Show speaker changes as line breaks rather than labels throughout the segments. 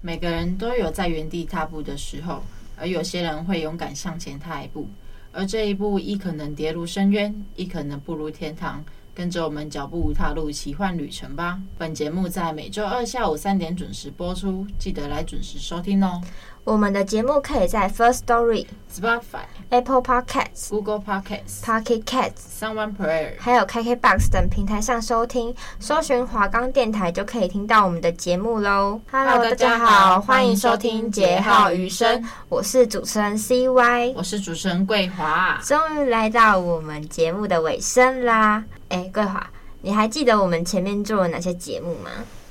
每个人都有在原地踏步的时候，而有些人会勇敢向前踏一步，而这一步亦可能跌入深渊，亦可能步入天堂。跟着我们脚步踏入奇幻旅程吧！本节目在每周二下午三点准时播出，记得来准时收听哦。
我们的节目可以在 First Story、
Spotify、
Apple Podcasts、
Google Podcasts、
Pocket Casts，
Someone Prayer，
还有 KKBox 等平台上收听，搜寻华冈电台就可以听到我们的节目喽。Hello，大
大
家
家
好，
好
欢迎收听《节号余生》，我是主持人 CY，
我是主持人桂华。
终于来到我们节目的尾声啦。哎，桂华，你还记得我们前面做了哪些节目吗？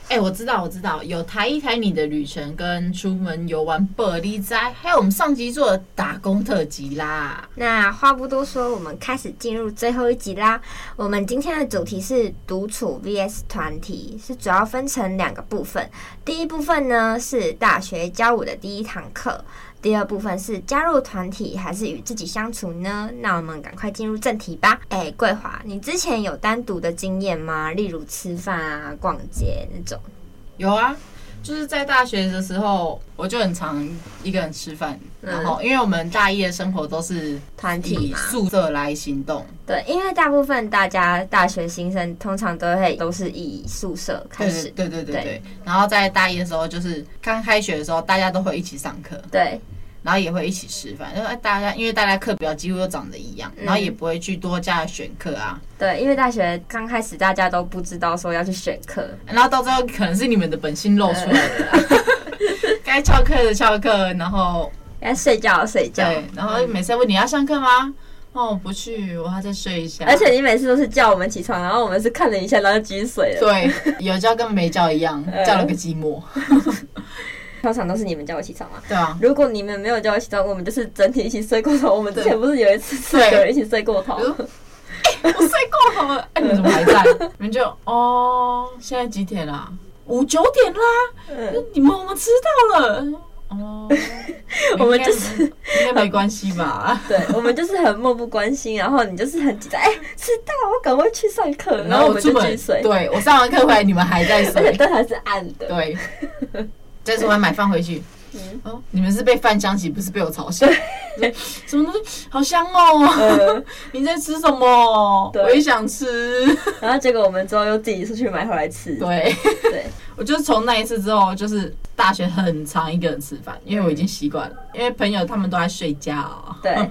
哎、我知道，我知道，有台一台你的旅程跟出门游玩玻璃斋，还有我们上集做的打工特辑啦。
那话不多说，我们开始进入最后一集啦。我们今天的主题是独处 VS 团体，是主要分成两个部分。第一部分呢是大学教我的第一堂课，第二部分是加入团体还是与自己相处呢？那我们赶快进入正题吧。哎，桂华，你之前有单独的经验吗？例如吃饭啊、逛街那种？
有啊，就是在大学的时候，我就很常一个人吃饭，
嗯
然后因为我们大一的生活都是
团体
以
嘛，
宿舍来行动，
对，因为大部分大家大学新生通常都会都是以宿舍开
对
始，
对对对
对
对。然后在大一的时候，就是刚开学的时候，大家都会一起上课，
对，
然后也会一起吃饭，因为呃大家因为大家课表几乎都长得一样，
嗯
然后也不会去多加选课啊。
对，因为大学刚开始大家都不知道说要去选课，
然后到最后可能是你们的本性露出来 的啊、 该翘课的翘课，然后
要睡觉的睡觉。
对，然后每次问你要上课吗？哦，不去，我还在睡一下。
嗯而且你每次都是叫我们起床，然后我们是看了一下，然后就继续睡了。
对，有叫跟没叫一样，
嗯
叫了个寂 寞。
通常都是你们叫我起床嘛。
对啊，
如果你们没有叫我起床，我们就是整体一起睡过头。我们之前不是有一次四
对
个人一起睡过头
比？如我睡够了，哎、你们怎么还在？你们就哦，现在几点啦？五九点啦，
嗯，
你们我们迟到了。 哦，
我们就是
应该没关系吧？
对，我们就是很漠不关心，然后你就是很紧张，哎、迟到，我赶快去上课， 然后我们
出
就
门
继续，睡，
对我上完课回来，你们还在
而且
睡。
灯还是暗的。
对， 再说完买饭回去。
嗯
哦，你们是被饭香起，不是被我吵醒。 什么东西好香哦？
呃，
你在吃什么？
对
我也想吃。
然后结果我们之后又自己出去买回来吃。
对，
对，
我就是从那一次之后，就是大学很长一个人吃饭，因为
嗯
我已经习惯了，因为朋友他们都在睡觉、
对，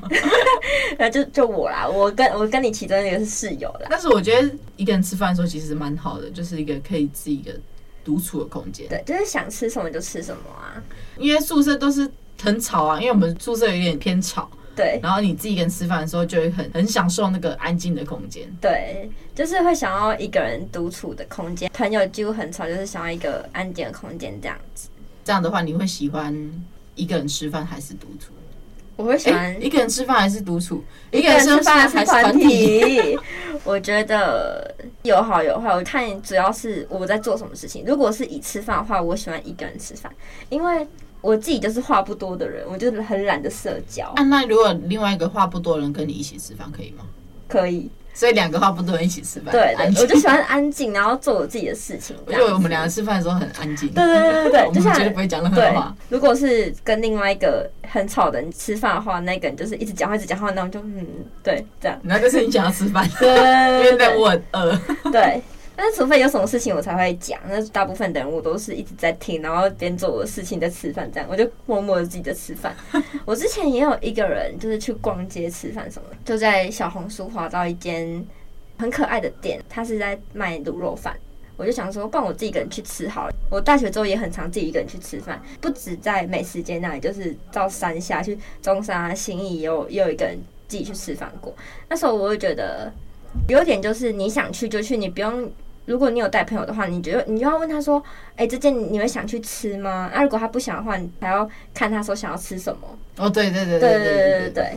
那就就我啦，我跟我跟你其中一个是室友啦。
但是我觉得一个人吃饭的时候其实蛮好的，就是一个可以自己一个独处的空间。
对，就是想吃什么就吃什么啊。
因为宿舍都是很吵啊，因为我们宿舍有点偏吵，
对
然后你自己一个人吃饭的时候就会很很享受那个安静的空间。
对，就是会想要一个人独处的空间，朋友就很吵，就是想要一个安静的空间这样子。
这样的话，你会喜欢一个人吃饭还是独处？
我会喜欢
诶一个人吃饭还是独处？一个人吃饭还是团体？
体？我觉得有好有坏，我看主要是我在做什么事情。如果是以吃饭的话，我喜欢一个人吃饭，因为我自己就是话不多的人，我就是很懒得社交。
啊，那如果另外一个话不多的人跟你一起吃饭，可以吗？
可以，
所以两个话不多人一起吃饭，
对
很
对，
安静
我就喜欢安静，然后做我自己的事情。
我
这
觉
样
得我们
子
两个吃饭的时候很安静，
对对对对
我
对，就
们绝对
像
不会讲任何
对
话。，。
如果是跟另外一个很吵的人吃饭的话，那个人就是一直讲话一直讲话，那我就嗯，对，这样
然后就是你想要吃饭，
对
因为
对
但
对
我很饿，
对对。但是除非有什么事情我才会讲，那大部分的人我都是一直在听，然后边做我的事情在吃饭，这样我就默默的自己在吃饭。我之前也有一个人就是去逛街吃饭什么的，就在小红书划到一间很可爱的店，它是在卖卤肉饭。我就想说，不然我自己一个人去吃好了。我大学之后也很常自己一个人去吃饭，不止在美食街那里，就是到山下去中山啊、新义也有也有一个人自己去吃饭过。那时候我就觉得有点就是你想去就去，你不用。如果你有带朋友的话，你就你就要问他说：“哎、这件你会想去吃吗？”啊那、如果他不想的话，你还要看他说想要吃什么。
哦，对对对
对
对
对对对
对对，
对，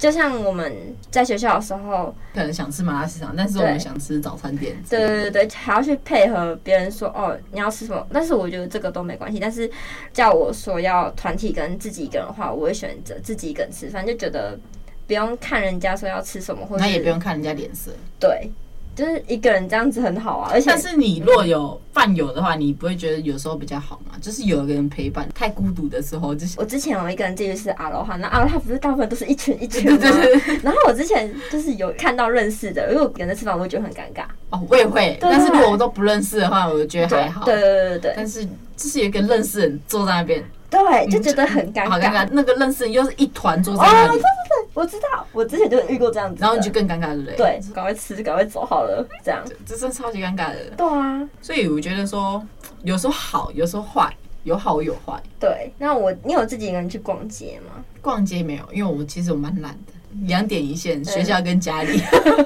就像我们在学校的时候，
可能想吃麻辣市场，但是我们
对
想吃早餐店。
对对对对，还要去配合别人说哦你要吃什么，但是我觉得这个都没关系。但是叫我说要团体跟自己一个人的话，我会选择自己一个人吃饭，就觉得不用看人家说要吃什么，或
那也
是
不用看人家脸色。
对，就是一个人这样子很好啊。而且
但是你若有伴友的话，你不会觉得有时候比较好嘛？就是有一个人陪伴，太孤独的时候就是
我之前有一个人进去吃阿罗汉，那阿罗汉不是大部分都是一群一群
对
吗？
对对，
然后我之前就是有看到认识的，因为我一个人在吃饭，我会觉得很尴尬。
哦，我也会。但是如果我都不认识的话，我就觉得还好。
对对对对
但是就是有一个认识人坐在那边，
对，就觉得很尴
好尴
尬。
尬。那个认识人又是一团坐在那
哦，
里
对对，对，我知道，我之前就遇过这样子的。
然后你就更尴尬，对不对？
对，赶快吃，赶快走好了，这样。
这，这真的超级尴尬的。
对啊，
所以我觉得说，有时候好，有时候坏，有好有坏。
对。那我，你有自己一个人去逛街吗？
逛街没有，因为我其实我蛮懒的，两点一线，学校跟家里，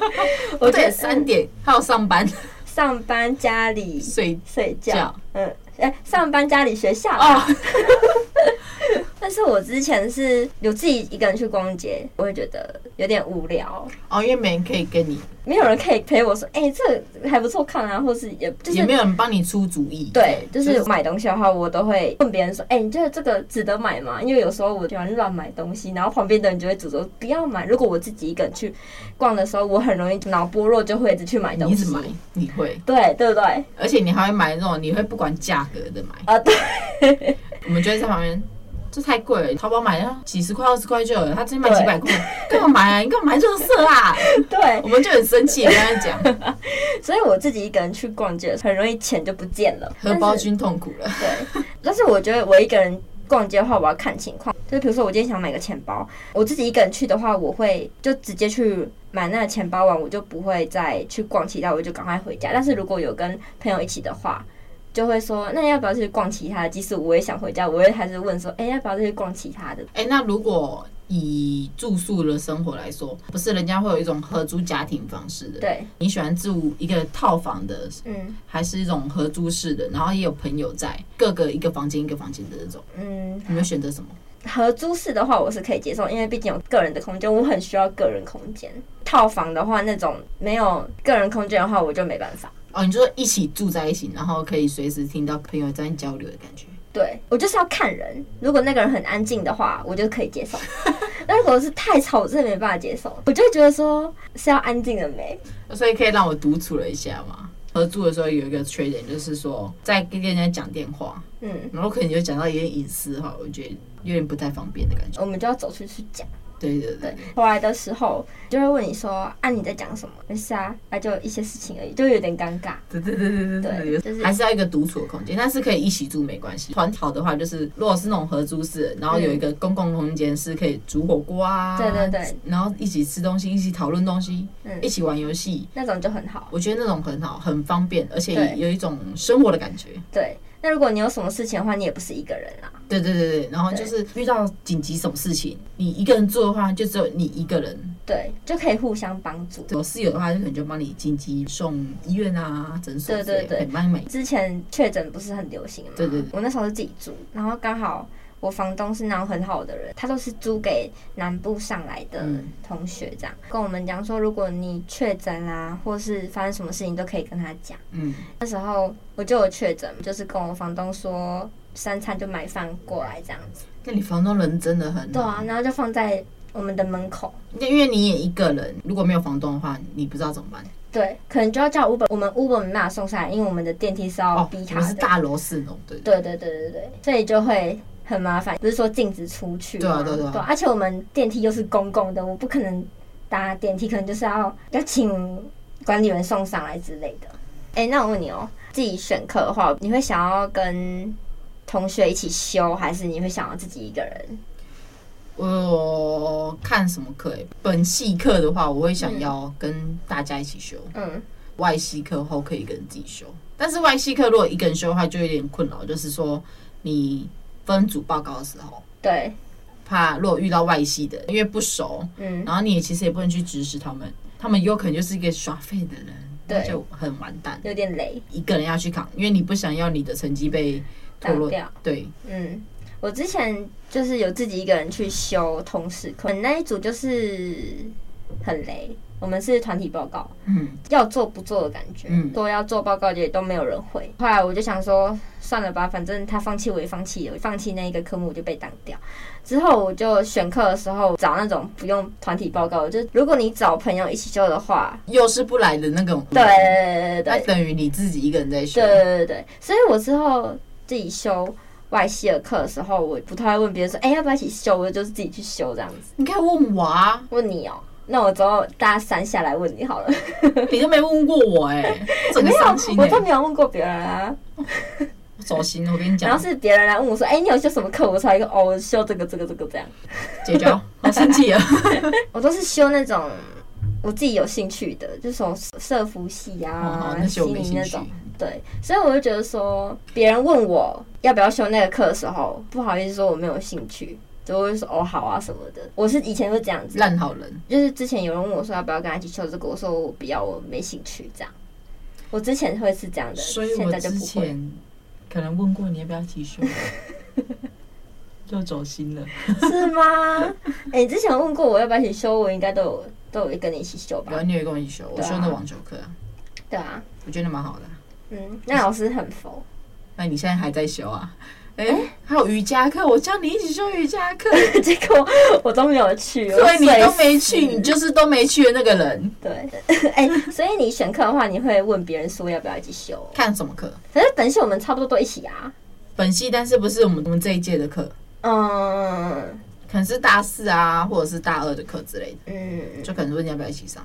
我嗯
对，三点还有上班
上班、家里、
睡
睡觉
觉，。
嗯，哎，上班、家里、学校。
哦，
但是我之前是有自己一个人去逛街，我会觉得有点无聊，
哦，因为没人可以跟你，
没有人可以陪我说，哎，这个还不错看啊，或是也就
也
是
没。有人帮你出主意。
对，就是买东西的话，我都会问别人说：“哎、你觉得这个值得买吗？”因为有时候我喜欢乱买东西，然后旁边的人就会诅咒不要买。如果我自己一个人去逛的时候，我很容易脑波弱，就会一直去买
你
东
一
西。
直买，你会，
对对不对？
而且你还会买那种你会不管价格的买。
啊，对
我们就会在旁边，这太贵了，淘宝买啊，几十块、二十块就有了，他直接卖几百块，干嘛买啊？你干嘛买这个色啊？
对
我，们就很生气，跟他讲，
所以我自己一个人去逛街，很容易钱就不见了。
荷包君痛苦了。
但是我觉得我一个人逛街的话，我要看情况。就是比如说，我今天想买个钱包，我自己一个人去的话，我会就直接去买那个钱包完，我就不会再去逛其他，我就赶快回家。但是如果有跟朋友一起的话，就会说那要不要去逛其他的？即使我也想回家，我会还是问说，哎、要不要再去逛其他的？
哎、那如果以住宿的生活来说，不是人家会有一种合租家庭方式的，
对，
你喜欢住一个套房的，
嗯
还是一种合租式的？然后也有朋友在，各个一个房间一个房间的这种，
嗯，
你会选择什么？
合租式的话，我是可以接受，因为毕竟有个人的空间，我很需要个人空间。套房的话，那种没有个人空间的话，我就没办法。
哦，你就说一起住在一起，然后可以随时听到朋友在交流的感觉。
对我就是要看人，如果那个人很安静的话，我就可以接受； 但如果是太吵，我真的没办法接受。我就会觉得说是要安静的美，
所以可以让我独处了一下嘛。合住的时候有一个缺点，就是说在跟人家讲电话，
嗯，
然后可能就讲到有点隐私哈，我觉得有点不太方便的感觉。
我们就要走出去讲。
对对对
对
对，，
回来的时候就会问你说啊你在讲什么？没事啊，啊就一些事情而已，就有点尴尬。
对对对对
对就是
还是要一个独处的空间，但是可以一起住没关系。团讨的话，就是如果是那种合租式的，然后有一个公共空间是可以煮火锅啊，
对对对，
然后一起吃东西，一起讨论东西，
嗯
一起玩游戏，
那种就很好。
我觉得那种很好，很方便，而且
对
有一种生活的感觉。
对，那如果你有什么事情的话，你也不是一个人啊。
对对对对，然后就是遇到紧急什么事情，你一个人做的话，就只有你一个人；
对，就可以互相帮助。
有室友的话，就可能就帮你紧急送医院啊、诊所之类的，
对对对
可以帮你买。
之前确诊不是很流行嘛？
对对对
我那时候是自己住，然后刚好我房东是那种很好的人，他都是租给南部上来的
嗯
同学，这样、跟我们讲说，如果你确诊啦，或是发生什么事情，都可以跟他讲。
嗯，
那时候我就有确诊，就是跟我房东说三餐就买饭过来这样子。
那你房东人真的很
对
好，
啊，然后就放在我们的门口。
因为因为你也一个人，如果没有房东的话，你不知道怎么办。
对，可能就要叫 Uber，我们 Uber 没办法送下来，因为我们的电梯是要
哦，
逼
你
他
们
的。
是大楼四楼，对
对对对对对，所以就会很麻烦，不是说禁止出去吗
对啊对啊对啊
而且我们电梯又是公共的，我不可能搭电梯，可能就是要要请管理员送上来之类的。哎、那我问你哦，自己选课的话，你会想要跟同学一起修，还是你会想要自己一个人？
我看什么课、欸？本系课的话，我会想要跟大家一起修；
嗯，
外系课后可以一个人自己修，但是外系课如果一个人修的话，就有点困扰，就是说你分组报告的时候，
对，
怕如果遇到外系的，因为不熟，
嗯，
然后你也其实也不能去指使他们，他们有可能就是一个耍废的人，
对
那就很完蛋。
有点累，
一个人要去扛，因为你不想要你的成绩被脱
挡
落
掉。
对，
嗯，我之前就是有自己一个人去修通识课，那一组就是很雷。我们是团体报告，
嗯，
要做不做的感觉，
嗯
都要做报告也都没有人会。后来我就想说，算了吧，反正他放弃我也放弃了，放弃那一个科目我就被挡掉。之后我就选课的时候找那种不用团体报告的，就如果你找朋友一起修的话，
又是不来的那种。
对对对对
那
对
等于你自己一个人在学。
对对对对，所以我之后自己修外系的课的时候，我不太会问别人说，哎、要不要一起修？我就是自己去修这样子。
你可以问我啊，
问你哦、那我之后大三下来问你好了。
你都没问过我哎、欸，真
没
的
有
伤，心
我
哎、
都没有问过别人 啊。
我走心了，我跟你
然
讲
后，是别人来问我说，哎、你有修什么课？我才一个哦，我修这个这个这个这样。
绝交，好生气啊！
哦我都是修那种。我自己有兴趣的，就是什么社服系
哦
啊、
那些我
心
没
理
兴
那
趣
种，。对，所以我就觉得说，别人问我要不要修那个课的时候，不好意思说我没有兴趣，就会说哦好啊什么的。我是以前会这样子，
烂好人，
就是之前有人问我说要不要跟他一起修这个，我说我不要，我没兴趣这样。我之前会是这样的，
所以
现
我
在就
之
不会。
前可能问过你要不要提休，就走心了。
是吗？ 哎、你之前问过我要不要一起修，我应该都有都有跟你一起修
然
吧
后？你也跟我一起修，我
对啊
修那网球课、啊，
对啊，
我觉得蛮好的啊。
嗯，那老师很佛，
那你现在还在修啊？哎、还有瑜伽课，我叫你一起修瑜伽课，
结果我都没有去，我
对你
睡
都没
死
去，你就是都没去的那个人。
对， 哎、所以你选课的话，你会问别人说要不要一起修？
看什么课？
可是本系我们差不多都一起啊。
本系，但是不是我们我们这一届的课，
嗯
可能是大四啊，或者是大二的课之类的，
嗯，
就可能问你要不要一起上，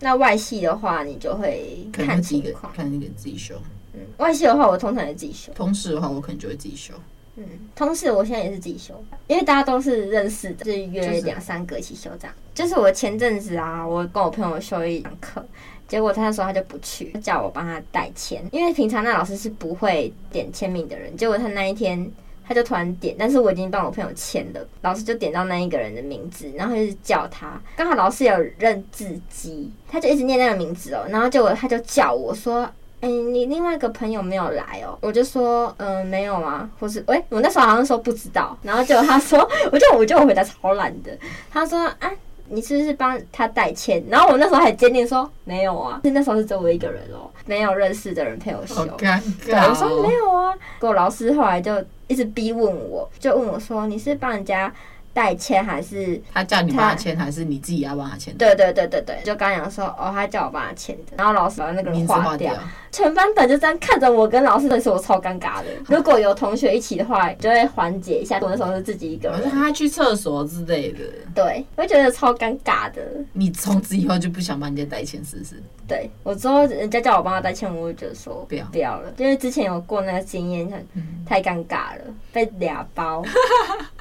那外系的话，你就会
可能
看
自己一
情
个
况。
看一个自己修。
嗯外系的话，我通常也自己修。
通识的话，我可能就会自己修。
嗯，通识我现在也是自己修，因为大家都是认识的，就是
就
约
是
两三个一起修这样。就是我前阵子啊，我跟我朋友修一堂课，结果他那时候他就不去，叫我帮他代签，因为平常那老师是不会点签名的人，结果他那一天。他就突然点，但是我已经帮我朋友签了，老师就点到那一个人的名字，然后他就是叫他，刚好老师有认字机，他就一直念那个名字哦，然后结果他就叫我说哎、你另外一个朋友没有来哦？我就说，嗯、没有啊，或是，喂、我那时候好像说不知道，然后结果他说， 我就我就回答超懒的，他说，啊，你是不是帮他代签？然后我那时候还坚定说，没有啊，是那时候是只有我一个人哦，没有认识的人陪我修。
尴哦
对，我说没有啊。给我老师后来就一直逼问我，就问我说，你是帮人家代签还是
他叫你帮他签，还是你自己要帮他签？，
对对对对对，就刚讲说哦，他叫我帮他签的，然后老师把那个人
名字划
划掉
掉，。
全班的就这样看着我跟老师的时候，我超尴尬的。如果有同学一起的话，就会缓解一下。我那时候是自己一个
我让
人，
他去厕所之类的。
对，我觉得超尴尬的。
你从此以后就不想帮人家代签，是不是？
对我之后人家叫我帮他代签，我就觉得说
不要
不要了，因为之前有过那个经验，很太尴尬了，被俩包。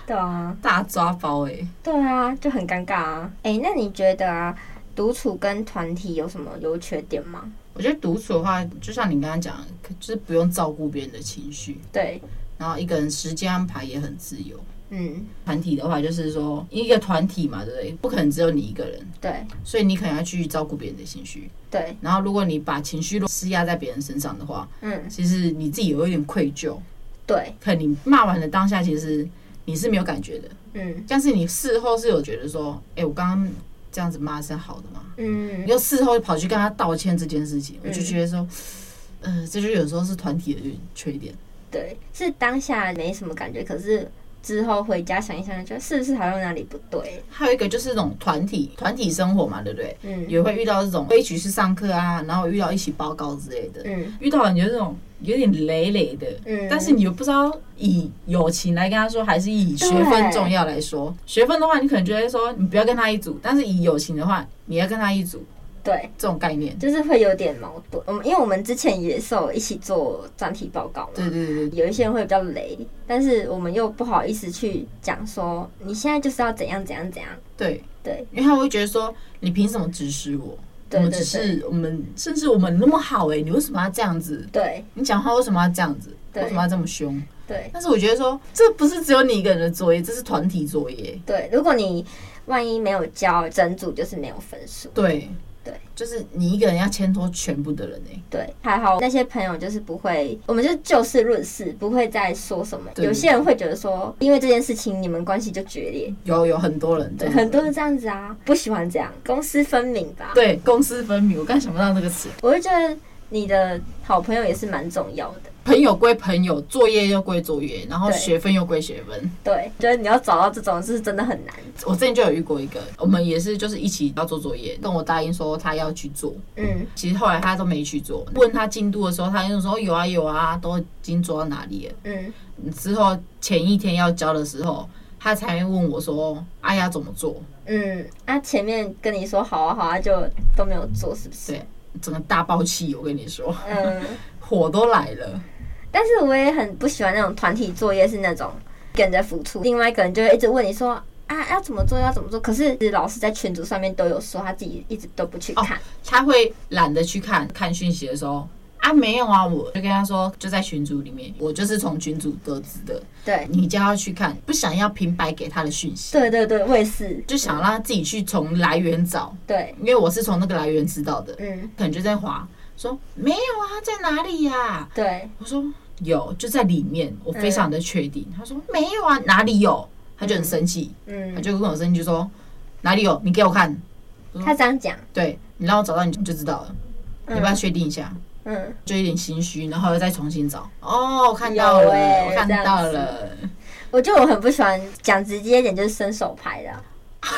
对啊，
大抓包哎、欸，
对啊，就很尴尬啊。哎、那你觉得啊，独处跟团体有什么优缺点吗？
我觉得独处的话，就像你刚刚讲的，可就是不用照顾别人的情绪，
对，
然后一个人时间安排也很自由。
嗯，
团体的话，就是说一个团体嘛，对不对？不可能只有你一个人，
对
所以你可能要去照顾别人的情绪。
对，
然后，如果你把情绪施压在别人身上的话，
嗯
其实你自己有一点愧疚。
对，
可能你骂完的当下，其实你是没有感觉的，
嗯
但是你事后是有觉得说，哎、我刚刚这样子骂是好的吗？
嗯
你，又事后跑去跟他道歉这件事情，我就
嗯
觉得说，呃，这就有时候是团体的缺点。
对，是当下没什么感觉，可是之后回家想一想，觉得是不是好像哪里不对？
还有一个就是那种团体团体生活嘛，对不对？
嗯
也会遇到这种一起去上课啊，然后遇到一起报告之类的，
嗯
遇到你就这种有点累累的。
嗯，
但是你又不知道以友情来跟他说，还是以学分重要来说。学分的话，你可能就会说你不要跟他一组；但是以友情的话，你要跟他一组，
对，
这种概念。
就是会有点矛盾。我们因为我们之前也是有一起做专题报告嘛，
对对对对，
有一些人会比较雷，但是我们又不好意思去讲说你现在就是要怎样怎样怎样。
对
对，
因为他会觉得说你凭什么指使我？我
对
们
对
只是我们，甚至我们那么好哎、你为什么要这样子？
对
你讲话为什么要这样子？
对
为什么要这么凶？
对
但是我觉得说，这不是只有你一个人的作业，这是团体作业。
对，如果你万一没有交，整组就是没有分数。
对，
对，
就是你一个人要牵拖全部的人哎、
对，还好那些朋友就是不会，我们就就事论事，不会再说什么。
对
有些人会觉得说，因为这件事情你们关系就决裂，
有有很多人，
对，
对，
很多人这样子啊，不喜欢这样，公私分明吧。，
对公私分明，我刚才想不到这个词。
我就觉得你的好朋友也是蛮重要的。
朋友归朋友，作业又归作业，然后
对
学分又归学分。
对，觉得你要找到这种是真的很难。
我之前就有遇过一个，我们也是就是一起要做作业，跟我答应说他要去做，
嗯，
其实后来他都没去做。问他进度的时候，他就说哦有啊有啊，都已经做到哪里了。
嗯，
之后前一天要交的时候，他才问我说：“哎呀，怎么做
嗯，啊，前面跟你说好啊好啊，就都没有做，是不是？
对？”整个大爆气，我跟你说，
嗯，
火都来了。
但是我也很不喜欢那种团体作业，是那种跟着付出，另外一个人就会一直问你说啊要怎么做要怎么做，可是老师在群组上面都有说他自己一直都不去看，
他会懒得去看看讯息的时候。啊，没有啊，我就跟他说，就在群组里面，我就是从群组得知的。
对
你叫他去看，不想要平白给他的讯息，
对对对，我也是，
就想让他自己去从来源找，
对，
因为我是从那个来源知道的。
嗯，
可能就在滑，说没有啊，在哪里呀、
对，
我说有，就在里面，我非常的确定。他说没有啊，哪里有？他就很生气，他
嗯，
就跟我生气，就说哪里有？你给我看，
他这样讲，
对你让我找到你就知道了，你要不要确定一下？
嗯，
就有点心虚，然后又再重新找。哦，我看到
有
了，
欸
我看
这样
到
子
了。
我就我很不喜欢讲直接一点，就是伸手牌的啊，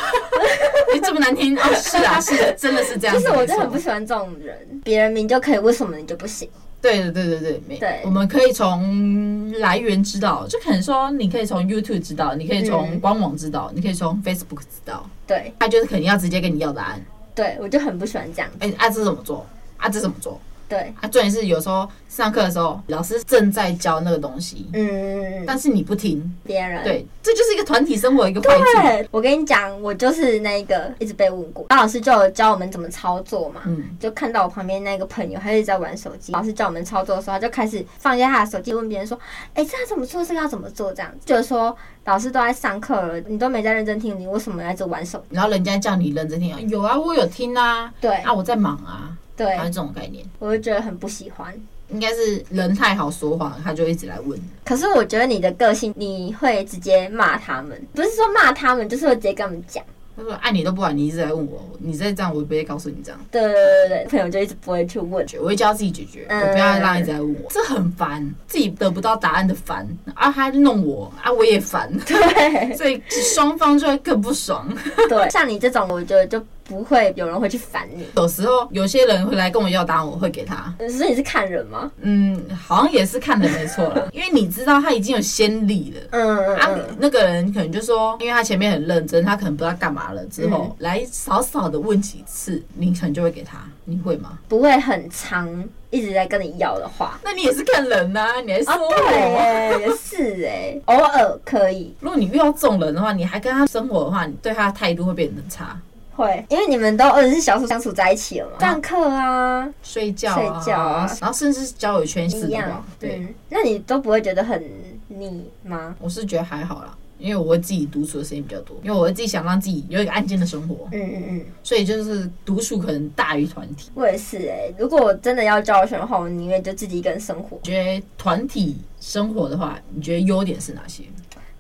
你这么难听哦，是 啊，是的，真的是这样
就
子。
是我就很
没
不
错
喜欢这种人，别人明就可以，为什么你就不行？
对对对对对，没
对
我们可以从来源知道，就可能说你可以从 YouTube 知道，你可以从
嗯
官网知道，你可以从 Facebook 知道，
对
他就是肯定要直接跟你要答案。
对，我就很不喜欢这样，
哎、啊这怎么做？啊这怎么做？
对，
啊重点是有时候上课的时候，老师正在教那个东西，
嗯，
但是你不听，
别人。
对，这就是一个团体生活的一个坏处。
对，我跟你讲，我就是那一个一直被问过，那老师就有教我们怎么操作嘛。
嗯，
就看到我旁边那个朋友，他一直在玩手机。老师叫我们操作的时候，他就开始放下他的手机，问别人说：“哎、这要怎么做？这个要怎么做？”这样子就是说，老师都在上课了，你都没在认真听，你为什么要一直玩手机？
然后人家叫你认真听，啊有啊，我有听啊，
对、
啊，我在忙啊，
对
还，有这种概念，
我就觉得很不喜欢。
应该是人太好说话，他就一直来问。
可是我觉得你的个性，你会直接骂他们，不是说骂他们，就是会直接跟他们讲。
他说：“爱啊你都不管，你一直来问我，你再这样，我不会告诉你这样。
对对对对对，朋友就一直不会去问。
我会教自己解决，
嗯
我不要让你再问我，这很烦，自己得不到答案的烦啊，他弄我啊，我也烦，
对，
所以双方就会更不爽。
对，像你这种，我觉得就不会有人会去烦你。
有时候有些人会来跟我要答案，我会给他，
所以你是看人吗？
嗯，好像也是看的没错啦，因为你知道他已经有先例了。”
嗯嗯
啊
嗯，
那个人可能就说，因为他前面很认真，他可能不知道干嘛了，之
嗯
后、来少少的问几次，你可能就会给他，你会吗？
不会很长一直在跟你要的话。哦
那你也是看人呐、你还说我、
啊对耶，也是哎，偶尔可以
如果你遇到这种人的话，你还跟他生活的话，你对他的态度会变得很差。
会，因为你们都二十四小时相处在一起了嘛，上课啊
睡觉、啊，
睡觉啊
然后甚至是交友圈
一
是的
样
话，，对，
嗯，那你都不会觉得很腻吗？
我是觉得还好啦，因为我会自己独处的时间比较多，因为我会自己想让自己有一个安静的生活，
嗯嗯嗯，
所以就是独处可能大于团体。
我也是哎。如果我真的要交选的话，我宁愿就自己一个人生活。
你觉得团体生活的话，你觉得优点是哪些？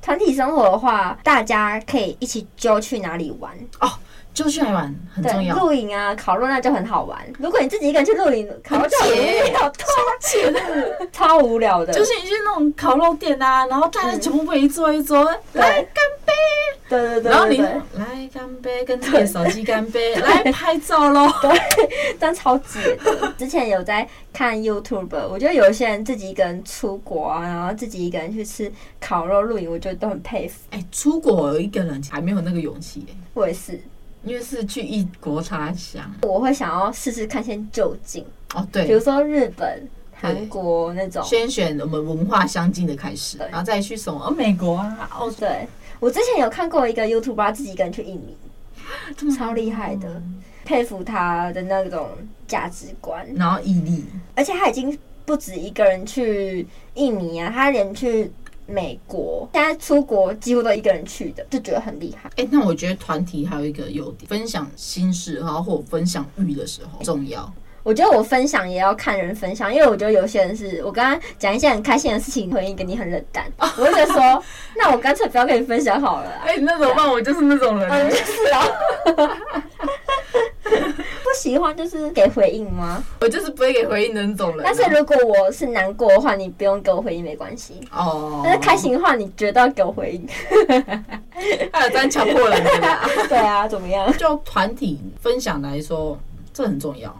团体生活的话，大家可以一起揪去哪里玩，
就去来玩很重
对，
要，
露营啊，烤肉那就很好玩。如果你自己一个人去露营，烤肉就很无聊，对，超无聊的。
就是你去那种烤肉店啊，然后大家全部围坐一桌，
对，干杯！对对对，
然后你
对对
来干杯，跟自己的手机干杯，来拍照喽。
这样超解的。之前有在看 YouTube，我觉得有些人自己一个人出国啊，然后自己一个人去吃烤肉露营，我觉得都很佩服。
哎、出国一个人还没有那个勇气、哎，
我也是，
因为是去异国他乡。
我会想要试试看，先就近，
哦，
比如
对，
说日本、韩国那种。
先选我们文化相近的开始，
对
然后再去什么、哦、美国啊、澳洲，
对，我之前有看过一个 YouTube，自己一个人去印尼，
这么
超厉害的，
嗯
佩服他的那种价值观。
然后毅力，
而且他已经不止一个人去印尼啊，他连去美国，现在出国几乎都一个人去的，就觉得很厉害。
哎、那我觉得团体还有一个优点，分享心事，然后或分享欲的时候重要。
我觉得我分享也要看人分享，因为我觉得有些人是我刚刚讲一些很开心的事情，回应给你很冷 淡，我会觉得说，那我干脆不要跟你分享好了啊。
哎、那怎么办？我就是那种人
嗯，就是啊， 不喜欢就是给回应吗？
我就是不会给回应的那种人啊、
但是如果我是难过的话，你不用给我回应没关系。
哦，
但是开心的话，你绝对要给我回应。
还有单强迫人的啦
对啊，怎么样？
就团体分享来说，这很重要。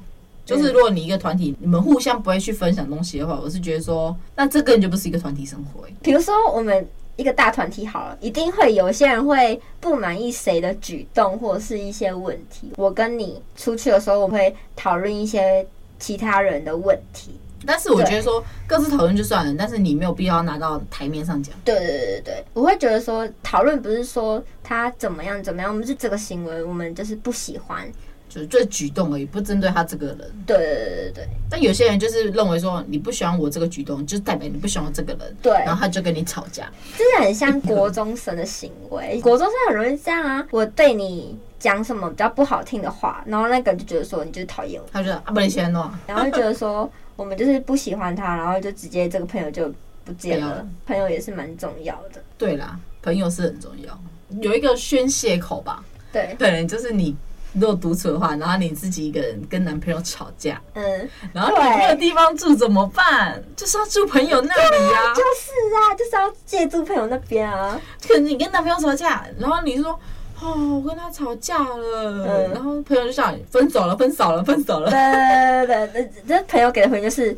就是如果你一个团体，你们互相不会去分享东西的话，我是觉得说，那这根本就不是一个团体生活、欸。
比如说我们一个大团体好了，一定会有一些人会不满意谁的举动或者是一些问题。我跟你出去的时候，我们会讨论一些其他人的问题。
但是我觉得说，各自讨论就算了，但是你没有必要拿到台面上讲。
对对对对对，我会觉得说讨论不是说他怎么样怎么样，我们是这个行为我们就是不喜欢。
就是这举动而已，不针对他这个人。
对对对对对
但有些人就是认为说，你不喜欢我这个举动，就代表你不喜欢我这个人，
对，
然后他就跟你吵架。
这是很像国中生的行为，国中生很容易这样啊。我对你讲什么比较不好听的话，然后那个人就觉得说你就是讨厌我。
他就说啊，不然你先弄啊，
然后就觉得说我们就是不喜欢他，然后就直接这个朋友就不见
没有
了
了。
朋友也是蛮重要的，
对啦，朋友是很重要，有一个宣泄口吧。
对，
可能就是你如果独处的话，然后你自己一个人跟男朋友吵架，
嗯，
然后你没有地方住怎么办？就是要住朋友那里呀、啊
就。是啊，就是要借助朋友那边啊，
可能你跟男朋友吵架，然后你说。哦，我跟他吵架了，
嗯
然后朋友就叫你分手了，分手了，分手了。
对对对对，这朋友给的回应就是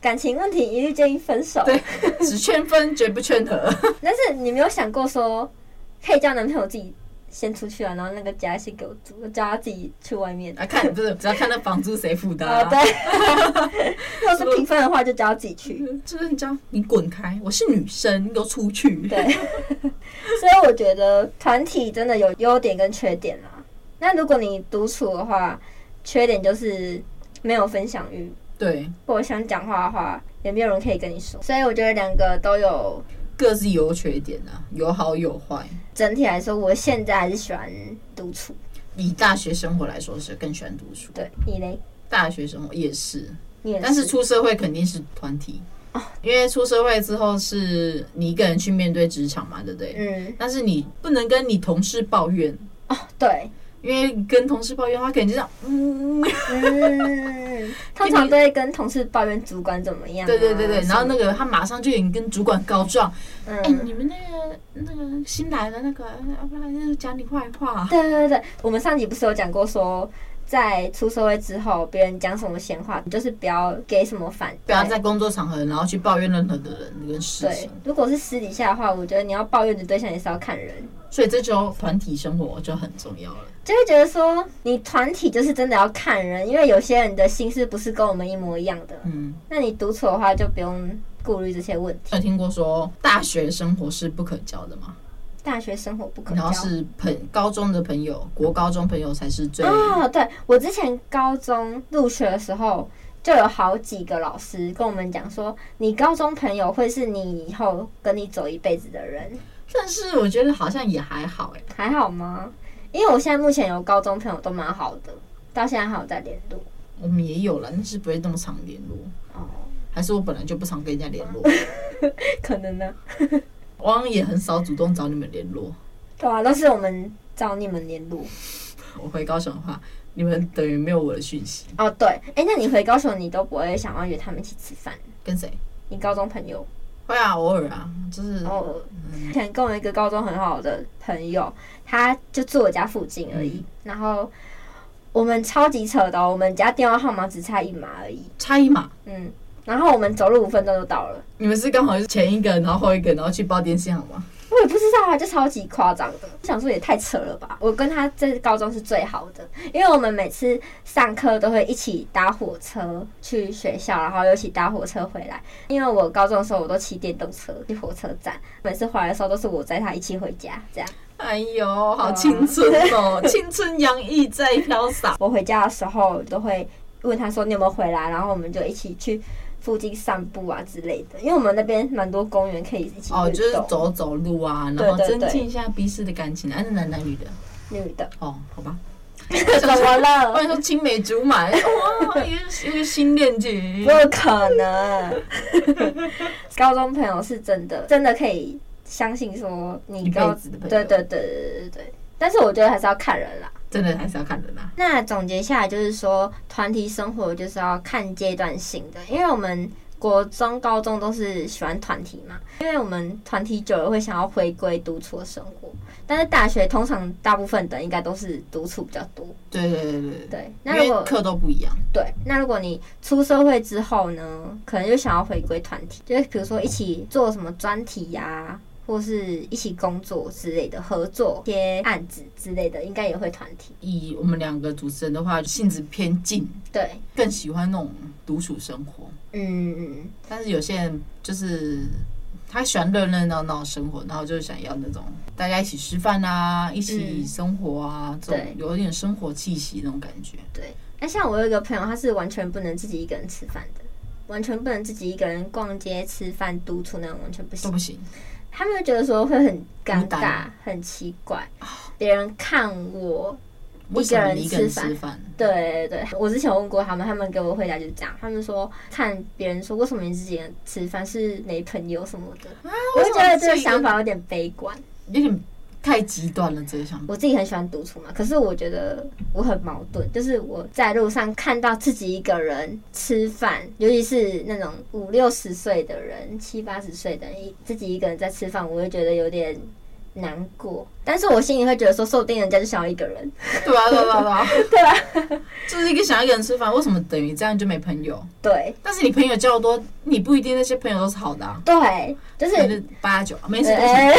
感情问题一律建议分手。
对，只劝分，绝不劝和。
但是你没有想过说，可以叫男朋友自己先出去啊，然后那个家先给我住，叫他自己去外面。
啊，看不是，只要看那房租谁付的、
啊，
啊。
对， 如果是平分的话，就叫他自己去。
就是你叫你滚开，我是女生，你给我出去。
对，所以我觉得团体真的有优点跟缺点啦。那如果你独处的话，缺点就是没有分享欲，
对，
或者想讲话的话，也没有人可以跟你说。所以我觉得两个都有。
各自有缺点啊，有好有坏。
整体来说，我现在还是喜欢独处。
以大学生活来说，是更喜欢读书。
对你嘞，
大学生活也是，哦
你也
但是出社会肯定是团体，因为出社会之后是你一个人去面对职场嘛，对不对？
嗯
但是你不能跟你同事抱怨，
哦 对，
因为跟同事抱怨的话，肯定这样，嗯，
嗯，通常都会跟同事抱怨主管怎么样、啊。
对对对对，
什么
然后那个他马上就有跟主管告状，哎、
嗯。
你们那个那个新来的那个，要不然就是讲你坏话，
对对对，我们上集不是有讲过说，在出社会之后，别人讲什么闲话，你就是不要给什么反，
不要在工作场合然后去抱怨任何的人跟事
对
情，。
如果是私底下的话，我觉得你要抱怨的对象也是要看人，
所以这就团体生活就很重要了。
就会觉得说，你团体就是真的要看人，因为有些人的心思不是跟我们一模一样的。
嗯，
那你独处的话，就不用顾虑这些问题。
有听过说大学生活是不可交的吗？
大学生活不可
然
交
后。是朋高中的朋友，国高中朋友才是最、
啊、对我之前高中入学的时候，就有好几个老师跟我们讲说，你高中朋友会是你以后跟你走一辈子的人，
但是我觉得好像也还好哎、
还好吗？因为我现在目前有高中朋友都蛮好的，到现在还有在联络。
我们也有了，但是不会那么常联络，
哦，
还是我本来就不常跟人家联 络，
可能呢，
我好像也很少主动找你们联络。
对啊，都是我们找你们联络。
我回高雄的话，你们等于没有我的讯息，
哦，对，哎，那你回高雄，你都不会想要约他们一起吃饭？
跟谁？
你高中朋友，
会啊，偶尔啊，就是
然后以前跟我一个高中很好的朋友，他就住我家附近而已，然后我们超级扯的、哦，我们家电话号码只差一码而已，
差一码。
嗯，然后我们走路五分钟就到了，
你们是刚好是前一个，然后后一个，然后去报电信好吗？
我也不知道啊，就超级夸张的，想说也太扯了吧。我跟他在高中是最好的，因为我们每次上课都会一起搭火车去学校，然后又一起搭火车回来。因为我高中的时候我都骑电动车去火车站，每次回来的时候都是我载他一起回家，这样。
哎
啊
呦，好青春 哦，青春洋溢在飘洒。
我回家的时候都会问他说你有没有回来，然后我们就一起去附近散步啊之类的，因为我们那边蛮多公园可以一起
哦，
运
就是
动
走走路啊，
对
然后
对
增
对
进一下彼此的感情，啊，是男男女的
女的，
哦，好吧。
怎么
我跟
了？
你说，青梅竹马， 哇，一个一个新恋情
不。可能。 高中朋友是真的，真的可以相信说你
一辈
高
子的朋友
对对对对对对。但是我觉得还是要看人啦。
真的还是要看人啊。
那总结下来就是说，团体生活就是要看阶段性的，因为我们国中、高中都是喜欢团体嘛，因为我们团体久了会想要回归独处的生活，但是大学通常大部分的应该都是独处比较多。
对对对对
对，那
对，
如
因
果
为课都不一样。
对，那如果你出社会之后呢，可能就想要回归团体，就是比如说一起做什么专题呀、或是一起工作之类的，合作一些案子之类的，应该也会团体。
以我们两个主持人的话，性子偏静，
对，
更喜欢那种独处生活。
嗯，
但是有些人就是他喜欢热热闹闹的生活，然后就想要那种大家一起吃饭啊，一起生活啊，这种
嗯对
有一点生活气息那种感觉。
对。那像我有一个朋友，他是完全不能自己一个人吃饭的，完全不能自己一个人逛街、吃饭、独处那种，完全不
都
行。
不行，
他们就觉得说会很尴
孤
尬
单、
很奇怪，别人看我，
为什么
一个人
你一个人
吃饭
吃饭？
对对对，我之前问过他们，他们给我回答就是这样，他们说看别人说为什么你自己一个人吃饭是没朋友什么的，我就觉得这个想法有点悲观。
有点太极端了，这 个想法。
我自己很喜欢独处嘛，可是我觉得我很矛盾，就是我在路上看到自己一个人吃饭，尤其是那种五六十岁的人、七八十岁的人，一自己一个人在吃饭，我会觉得有点。难过，但是我心里会觉得说，说不定人家就想要一个人，
对啊，对啊，对啊，对啊，就是一个想要一个人吃饭，为什么等于这样就没朋友？
对
但是你朋友交多，你不一定那些朋友都是好的、啊，
对，就是
可能是八九啊没事。对不起
哎，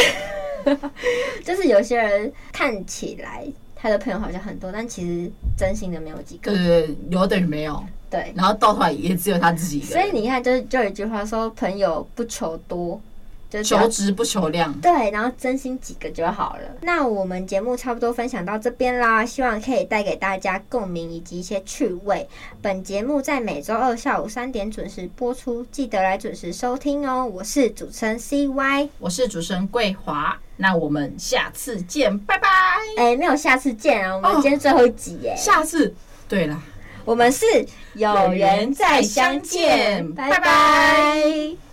就是有些人看起来他的朋友好像很多，但其实真心的没有几个。
对对对，有等于没有，
对，
然后到头来也只有他自己一个
所以
人。
你看，就是就有一句话说，朋友不求多，就是只要
求职不求量，
对，然后真心几个就好了。那我们节目差不多分享到这边啦，希望可以带给大家共鸣以及一些趣味。本节目在每周二下午三点准时播出，记得来准时收听哦。我是主持人 CY，
我是主持人桂华，那我们下次见，拜拜。
哎、没有下次见啊，我们
哦
今天最后一集 耶、
下次，对啦。
我们是有缘再相见，
拜
拜
拜
拜